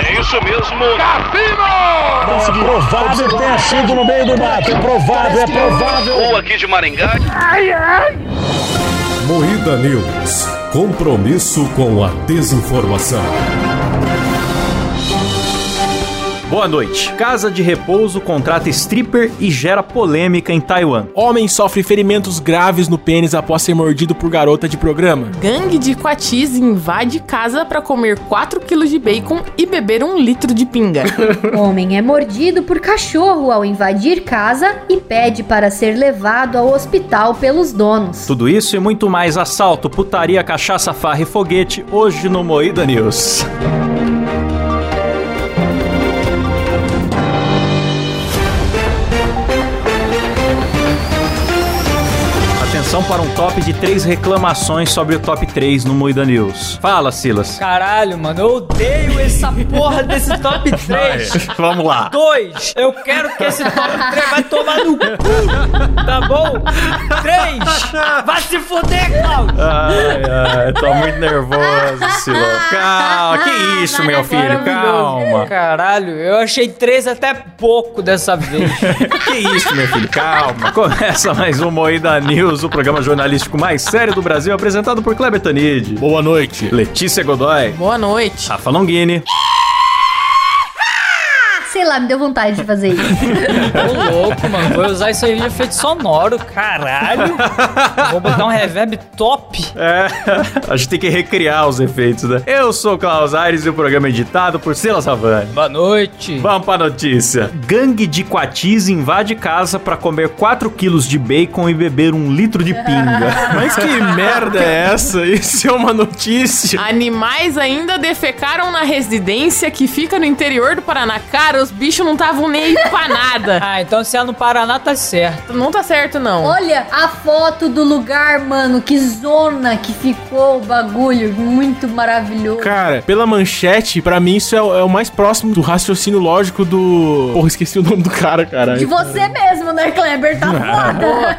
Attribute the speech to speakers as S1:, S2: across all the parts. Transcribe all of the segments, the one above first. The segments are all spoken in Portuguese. S1: É isso mesmo. Cassino!
S2: É provável ter sido no meio do mato. É provável, é provável.
S1: Ou aqui de Maringá.
S3: Moída News. Compromisso com a desinformação.
S4: Boa noite. Casa de repouso contrata stripper e gera polêmica em Taiwan.
S5: Homem sofre ferimentos graves no pênis após ser mordido por garota de programa.
S6: Gangue de Quatis invade casa para comer 4 quilos de bacon e beber um litro de pinga.
S7: Homem é mordido por cachorro ao invadir casa e pede para ser levado ao hospital pelos donos.
S4: Tudo isso e muito mais assalto, putaria, cachaça, farra e foguete hoje no Moída News. Atenção para um top de três reclamações sobre o top 3 no Moída News. Fala, Silas.
S8: Caralho, mano, eu odeio essa porra desse top 3.
S4: Vamos lá.
S8: Dois, eu quero que esse top 3 vai tomar no cu, tá bom? Três, vai se fuder, Claudio.
S4: Ai, ai, tô muito nervoso,
S6: Ah,
S4: Silas. Calma, que isso, meu filho, calma.
S8: Caralho, eu achei três até pouco dessa vez.
S4: Que isso, meu filho, calma. Começa mais um Moída News, o programa jornalístico mais sério do Brasil, apresentado por Kleber Tanid,
S2: Boa noite.
S4: Letícia Godoy,
S6: Boa noite.
S4: Rafa Longini,
S7: Ah, sei lá, me deu vontade de fazer isso.
S8: Ô louco, mano, vou usar isso aí de efeito sonoro, caralho. Vou botar um reverb top.
S4: É, a gente tem que recriar os efeitos, né? Eu sou o Klaus Aires e o programa é editado por Silas Havani.
S8: Boa noite.
S4: Vamos pra notícia. Gangue de Quatis invade casa pra comer 4 quilos de bacon e beber um litro de pinga.
S5: Mas que merda é essa? Isso é uma notícia.
S6: Animais ainda defecaram na residência que fica no interior do Paraná. Cara, os bichos não estavam nem aí pra nada.
S8: Ah, então se é no Paraná, tá certo.
S6: Não tá certo, não.
S7: Olha a foto do lugar, mano. Que zona que ficou o bagulho. Muito maravilhoso.
S5: Cara, pela manchete, pra mim isso é, o- é o mais próximo do raciocínio lógico do. Porra, esqueci o nome do cara,
S7: De
S5: caralho.
S7: você mesmo, né, Kleber? Tá foda.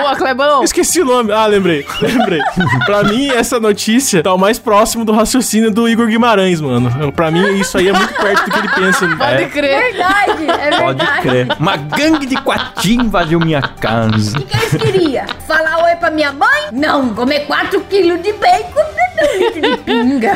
S6: Boa, Clebão.
S5: Esqueci o nome. Ah, lembrei. Lembrei. pra mim, essa notícia tá o mais próximo do raciocínio do Igor Guimarães, mano. Pra mim, isso aí é muito perto do que ele pensa.
S4: É.
S8: É.
S6: Pode crer.
S7: Verdade, é
S4: Pode
S7: verdade.
S4: crer. Uma gangue de Quatis invadiu minha casa.
S7: O que eles queriam? Falar oi pra minha mãe? Não, comer 4 quilos de bacon e um litro de pinga.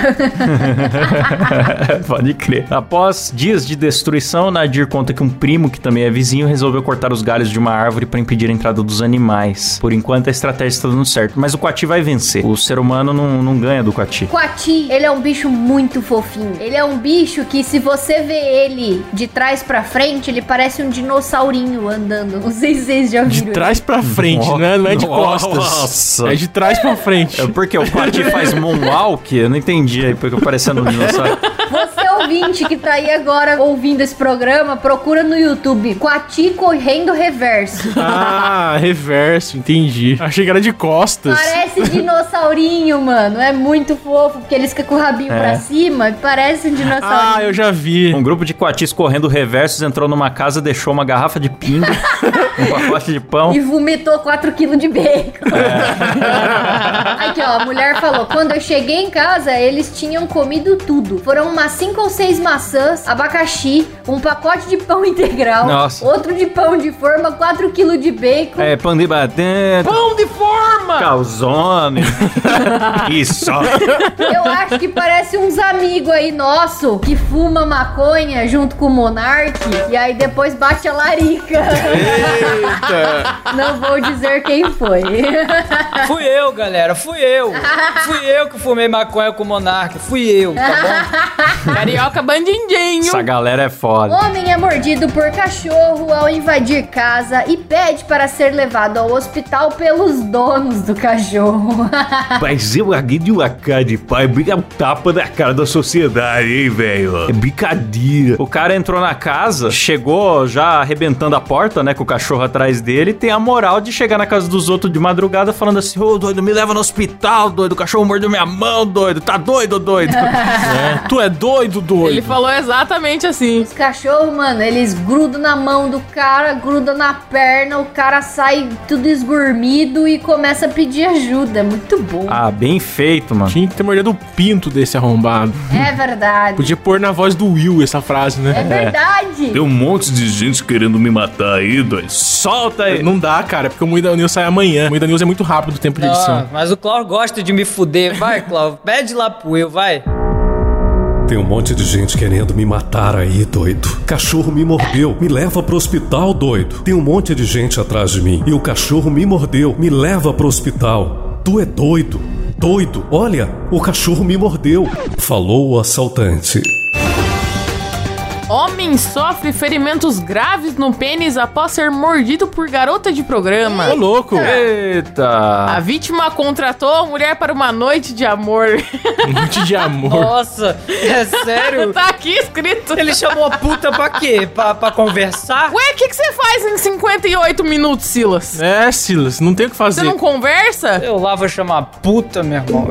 S4: Pode crer. Após dias de destruição, Nadir conta que um primo, que também é vizinho, resolveu cortar os galhos de uma árvore para impedir a entrada dos animais. Por enquanto, a estratégia está dando certo, mas o Quati vai vencer. O ser humano não, não ganha do Quati.
S7: Coati, ele é um bicho muito fofinho. Ele é um bicho que, se você vê ele de trás pra frente, ele parece um dinossaurinho andando. Não sei se vocês já
S5: De
S7: viram.
S5: trás pra frente,
S4: Nossa.
S5: né? Não é de
S4: Nossa.
S5: costas. É de trás pra frente.
S4: É porque o Quati faz moonwalk? Eu não entendi aí, porque parecendo um dinossauro.
S7: Você ouvinte que tá aí agora ouvindo esse programa, procura no YouTube Coati correndo reverso.
S5: Ah, reverso, entendi. Achei que era de costas.
S7: Parece dinossaurinho, mano. É muito fofo, porque eles ficam com o rabinho
S4: É.
S7: pra cima e parece um dinossaurinho.
S5: Ah, eu já vi.
S4: Um grupo de coatis correndo reversos entrou numa casa, deixou uma garrafa de pinga, um pacote de pão.
S7: E vomitou 4 quilos de bacon.
S4: É.
S7: Aqui, ó, a mulher falou: quando eu cheguei em casa, eles tinham comido tudo. Foram umas 5 ou 6 maçãs, abacaxi, um pacote de pão integral,
S4: Nossa.
S7: outro de pão de forma, 4 quilos de bacon.
S4: É, pão de batata,
S8: Pão de forma!
S4: calzone. Isso.
S7: Eu acho que parece uns amigos aí nosso que fuma maconha junto com o Monark e aí depois bate a larica. Não vou dizer quem foi.
S8: Fui eu, galera, fui eu. Fui eu que fumei maconha com o Monarca, fui eu, tá
S6: Carioca bandindinho.
S4: Essa galera é foda.
S7: Homem é mordido por cachorro ao invadir casa e pede para ser levado ao hospital pelos donos do cachorro.
S4: Mas eu aqui de uma cara de pai, briga um tapa na cara da sociedade, hein, velho? É brincadeira. O cara entrou na casa, chegou já arrebentando a porta, né, que o cachorro cachorro atrás dele, tem a moral de chegar na casa dos outros de madrugada falando assim: Ô doido, me leva no hospital, doido, o cachorro mordeu minha mão, doido, tá doido, doido.
S5: Tu é doido,
S6: Ele
S5: doido.
S6: falou exatamente assim.
S7: Os cachorros, mano, eles grudam na mão do cara, grudam na perna, o cara sai tudo esgurmido e começa a pedir ajuda. É Muito bom.
S4: ah, bem feito, mano.
S5: Tinha que ter mordido o pinto desse arrombado.
S7: É verdade.
S5: Podia pôr na voz do Will essa frase,
S7: É
S5: né?
S7: verdade.
S9: Tem um monte de gente querendo me matar aí, doido.
S4: Solta aí.
S5: Não dá, cara, porque o Muida News sai amanhã. O Muida News é muito rápido o tempo de
S8: Não,
S5: edição.
S8: mas o Cláudio gosta de me fuder. Vai, Cláudio, pede lá pro Will, vai.
S3: Tem um monte de gente querendo me matar aí, doido. Cachorro me mordeu, me leva pro hospital, doido. Tem um monte de gente atrás de mim e o cachorro me mordeu, me leva pro hospital. Tu é doido, doido. Olha, o cachorro me mordeu, falou o assaltante.
S6: Homem sofre ferimentos graves no pênis após ser mordido por garota de programa.
S5: Ô, louco.
S6: A
S4: É. Eita.
S6: vítima contratou a mulher para uma noite de amor.
S5: Um monte de amor.
S8: Nossa, é sério?
S6: tá aqui escrito.
S8: Ele chamou a puta pra quê? Pra, pra conversar?
S6: Ué, o que, que você faz em 58 minutos, Silas?
S5: É, Silas, não tem o que
S6: Você
S5: fazer.
S6: não conversa?
S8: Eu lá vou chamar a puta, meu irmão.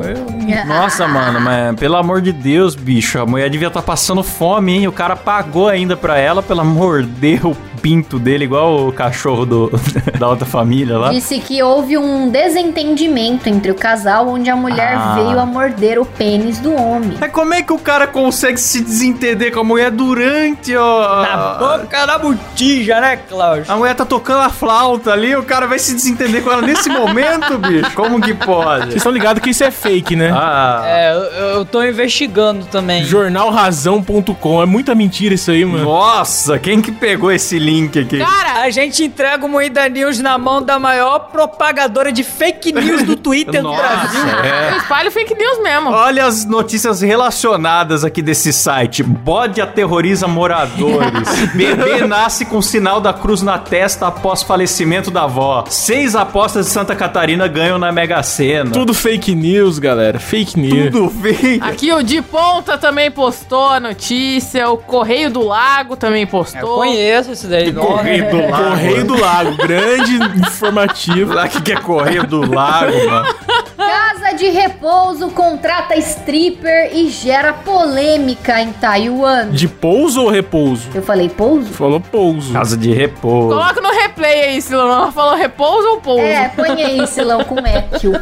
S4: Nossa, mano, mas pelo amor de Deus, bicho, a mulher devia estar passando fome, hein? O cara pagou ainda pra ela pela morder o pinto dele, igual o cachorro do, da outra família lá.
S7: Disse que houve um desentendimento entre o casal, onde a mulher
S4: Ah.
S7: veio a morder o pênis do homem.
S4: Mas como é que o cara consegue se desentender com a mulher durante, ó?
S8: Na boca da botija, né, Cláudio?
S4: A mulher tá tocando a flauta ali, o cara vai se desentender com ela nesse momento, bicho. Como que
S5: Vocês
S4: pode?
S5: estão ligados que isso é fake, né?
S4: Ah.
S8: É, eu, eu tô investigando também.
S5: Jornalrazão.com. É muita mentira isso aí,
S8: É.
S5: mano.
S4: Nossa, quem que pegou esse link aqui?
S6: Cara,
S8: A gente entrega o Moída News na mão da maior propagadora de fake news do Twitter do um Brasil.
S4: é.
S6: eu espalho fake news mesmo.
S4: Olha as notícias relacionadas aqui desse site. Bode aterroriza moradores. Bebê nasce com sinal da cruz na testa após falecimento da avó. Seis apostas de Santa Catarina ganham na Mega Sena.
S5: Tudo fake news, galera. Fake news.
S4: tudo bem.
S6: Aqui o De Ponta também postou a notícia, o Correio do Lago também postou.
S8: Conheço esse daí, nossa.
S4: Correio do lago.
S5: Correio do Lago. Grande informativo.
S4: Lá que quer correr do lago, mano.
S7: Casa de repouso contrata stripper e gera polêmica em Taiwan.
S5: De pouso ou repouso?
S7: Eu falei pouso?
S5: Falou pouso.
S4: Casa de repouso.
S6: Coloca no replay aí, Silão. Ela falou repouso ou pouso?
S7: É, põe aí, Silão, com Equio.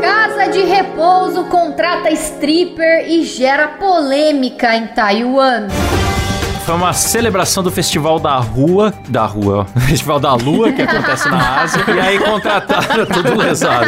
S7: Casa de repouso contrata stripper e gera polêmica em Taiwan.
S4: Foi uma celebração do Festival da Rua. Da Rua, ó. Festival da Lua, que acontece na Ásia. E aí contrataram tudo lesado.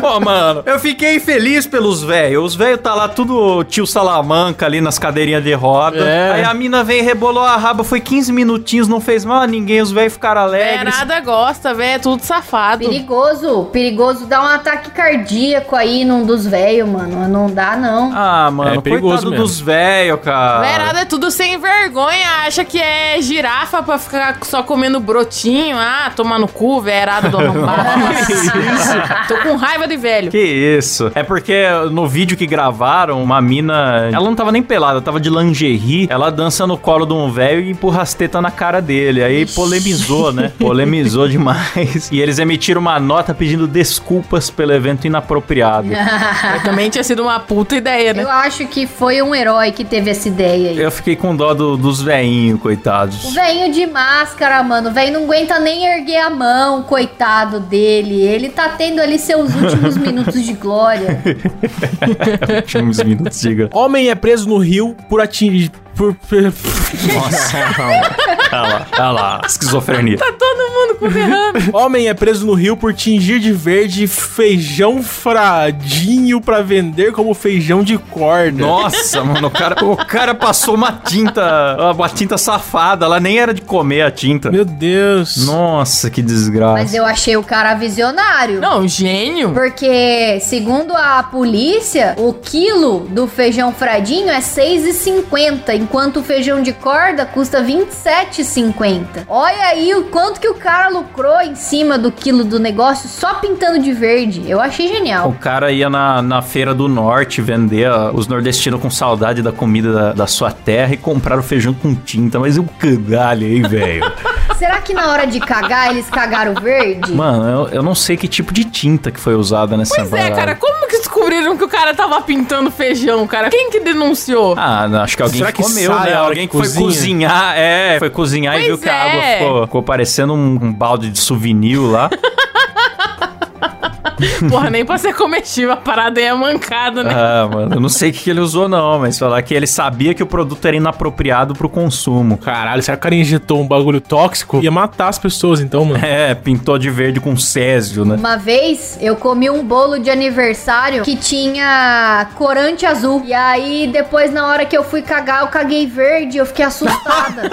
S4: Pô, mano, eu fiquei feliz pelos velhos. Os velhos tá lá tudo tio Salamanca ali nas cadeirinhas de roda.
S5: É.
S4: Aí a mina veio, rebolou a raba, foi 15 minutinhos, não fez mal a ninguém. Os velhos ficaram
S6: É,
S4: alegres.
S6: nada gosta, velho. É tudo safado.
S7: Perigoso, perigoso dar um ataque cardíaco aí num dos velhos, mano. Não dá, não.
S4: Ah, mano,
S5: É perigoso
S4: coitado
S5: mesmo.
S4: dos velhos, cara.
S6: Verada é tudo sem vergonha, acha que é girafa pra ficar só comendo brotinho. Ah, tomar no cu, verada do arrombado. Tô com raiva de velho.
S4: Que isso? É porque no vídeo que gravaram, uma mina. Ela não tava nem pelada, tava de lingerie. Ela dança no colo de um velho e empurra as tetas na cara dele. Aí polemizou, né? Polemizou demais. E eles emitiram uma nota pedindo desculpas pelo evento inapropriado.
S6: Mas também tinha sido uma puta ideia, né?
S7: Eu acho que foi um herói que teve essa ideia aí.
S4: Eu fiquei com dó do- dos velhinhos,
S7: O
S4: coitados.
S7: velhinho de máscara, mano. O velho não aguenta nem erguer a mão, coitado dele. Ele tá tendo ali seus últimos minutos de glória.
S4: Tinha uns minutos, diga.
S5: Homem é preso no Rio por atingir. Por...
S4: Nossa. Olha lá, olha lá. Esquizofrenia.
S5: Homem é preso no Rio por tingir de verde feijão fradinho pra vender como feijão de corda.
S4: Nossa, mano, o cara, o cara passou uma tinta, uma tinta safada, ela nem era de comer a tinta.
S5: Meu Deus.
S4: Nossa, que desgraça.
S7: Mas eu achei o cara visionário.
S6: Não, gênio.
S7: Porque, segundo a polícia, o quilo do feijão fradinho é 6,50, enquanto o feijão de corda custa 27,50. Olha aí o quanto que o cara lucrou em cima do quilo do negócio só pintando de verde. Eu achei
S4: O
S7: genial.
S4: cara ia na, na feira do norte vender ó, os nordestinos com saudade da comida da, da sua terra e comprar o feijão com tinta, mas é um canalha, hein, velho?
S7: Será que na hora de cagar eles cagaram verde?
S4: Mano, eu, eu não sei que tipo de tinta que foi usada nessa
S6: Pois é,
S4: parada.
S6: cara, como que descobriram que o cara tava pintando feijão, cara? Quem que denunciou?
S4: Ah, não, acho que alguém
S5: Será
S4: que
S5: que
S4: comeu,
S5: sai
S4: né?
S5: a hora
S4: Alguém que
S5: que
S4: foi
S5: cozinha?
S4: cozinhar, é, foi cozinhar e
S6: Pois
S4: viu que a
S6: é.
S4: água ficou, ficou parecendo um, um balde de souvenir lá.
S6: Porra, nem pra ser comestível, a parada aí é mancada, né?
S4: ah, mano, eu não sei o que que ele usou não, mas falar que ele sabia que o produto era inapropriado pro consumo.
S5: Caralho, será que o cara injetou um bagulho tóxico? Ia matar as pessoas, então, mano.
S4: É, pintou de verde com césio, né?
S7: Uma vez eu comi um bolo de aniversário que tinha corante azul. E aí, depois, na hora que eu fui cagar, eu caguei verde. Eu fiquei assustada.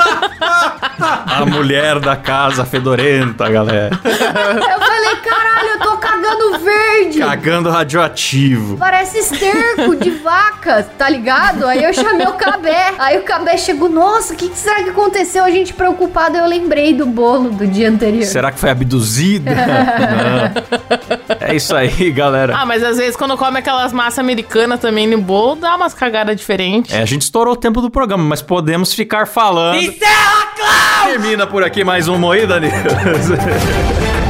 S4: A mulher da casa fedorenta, galera.
S7: eu falei, caralho, eu tô cagando verde.
S4: Cagando radioativo.
S7: Parece esterco de vaca, tá ligado? Aí eu chamei o Cabé. Aí o Cabé chegou, nossa, o que, que será que aconteceu? A gente preocupado, eu lembrei do bolo do dia anterior.
S4: Será que foi abduzida? Não. é isso aí, galera.
S6: Ah, mas às vezes quando come aquelas massas americanas também no bolo, dá umas cagadas diferentes.
S4: É, a gente estourou o tempo do programa, mas podemos ficar falando. Termina por aqui mais um Moída News.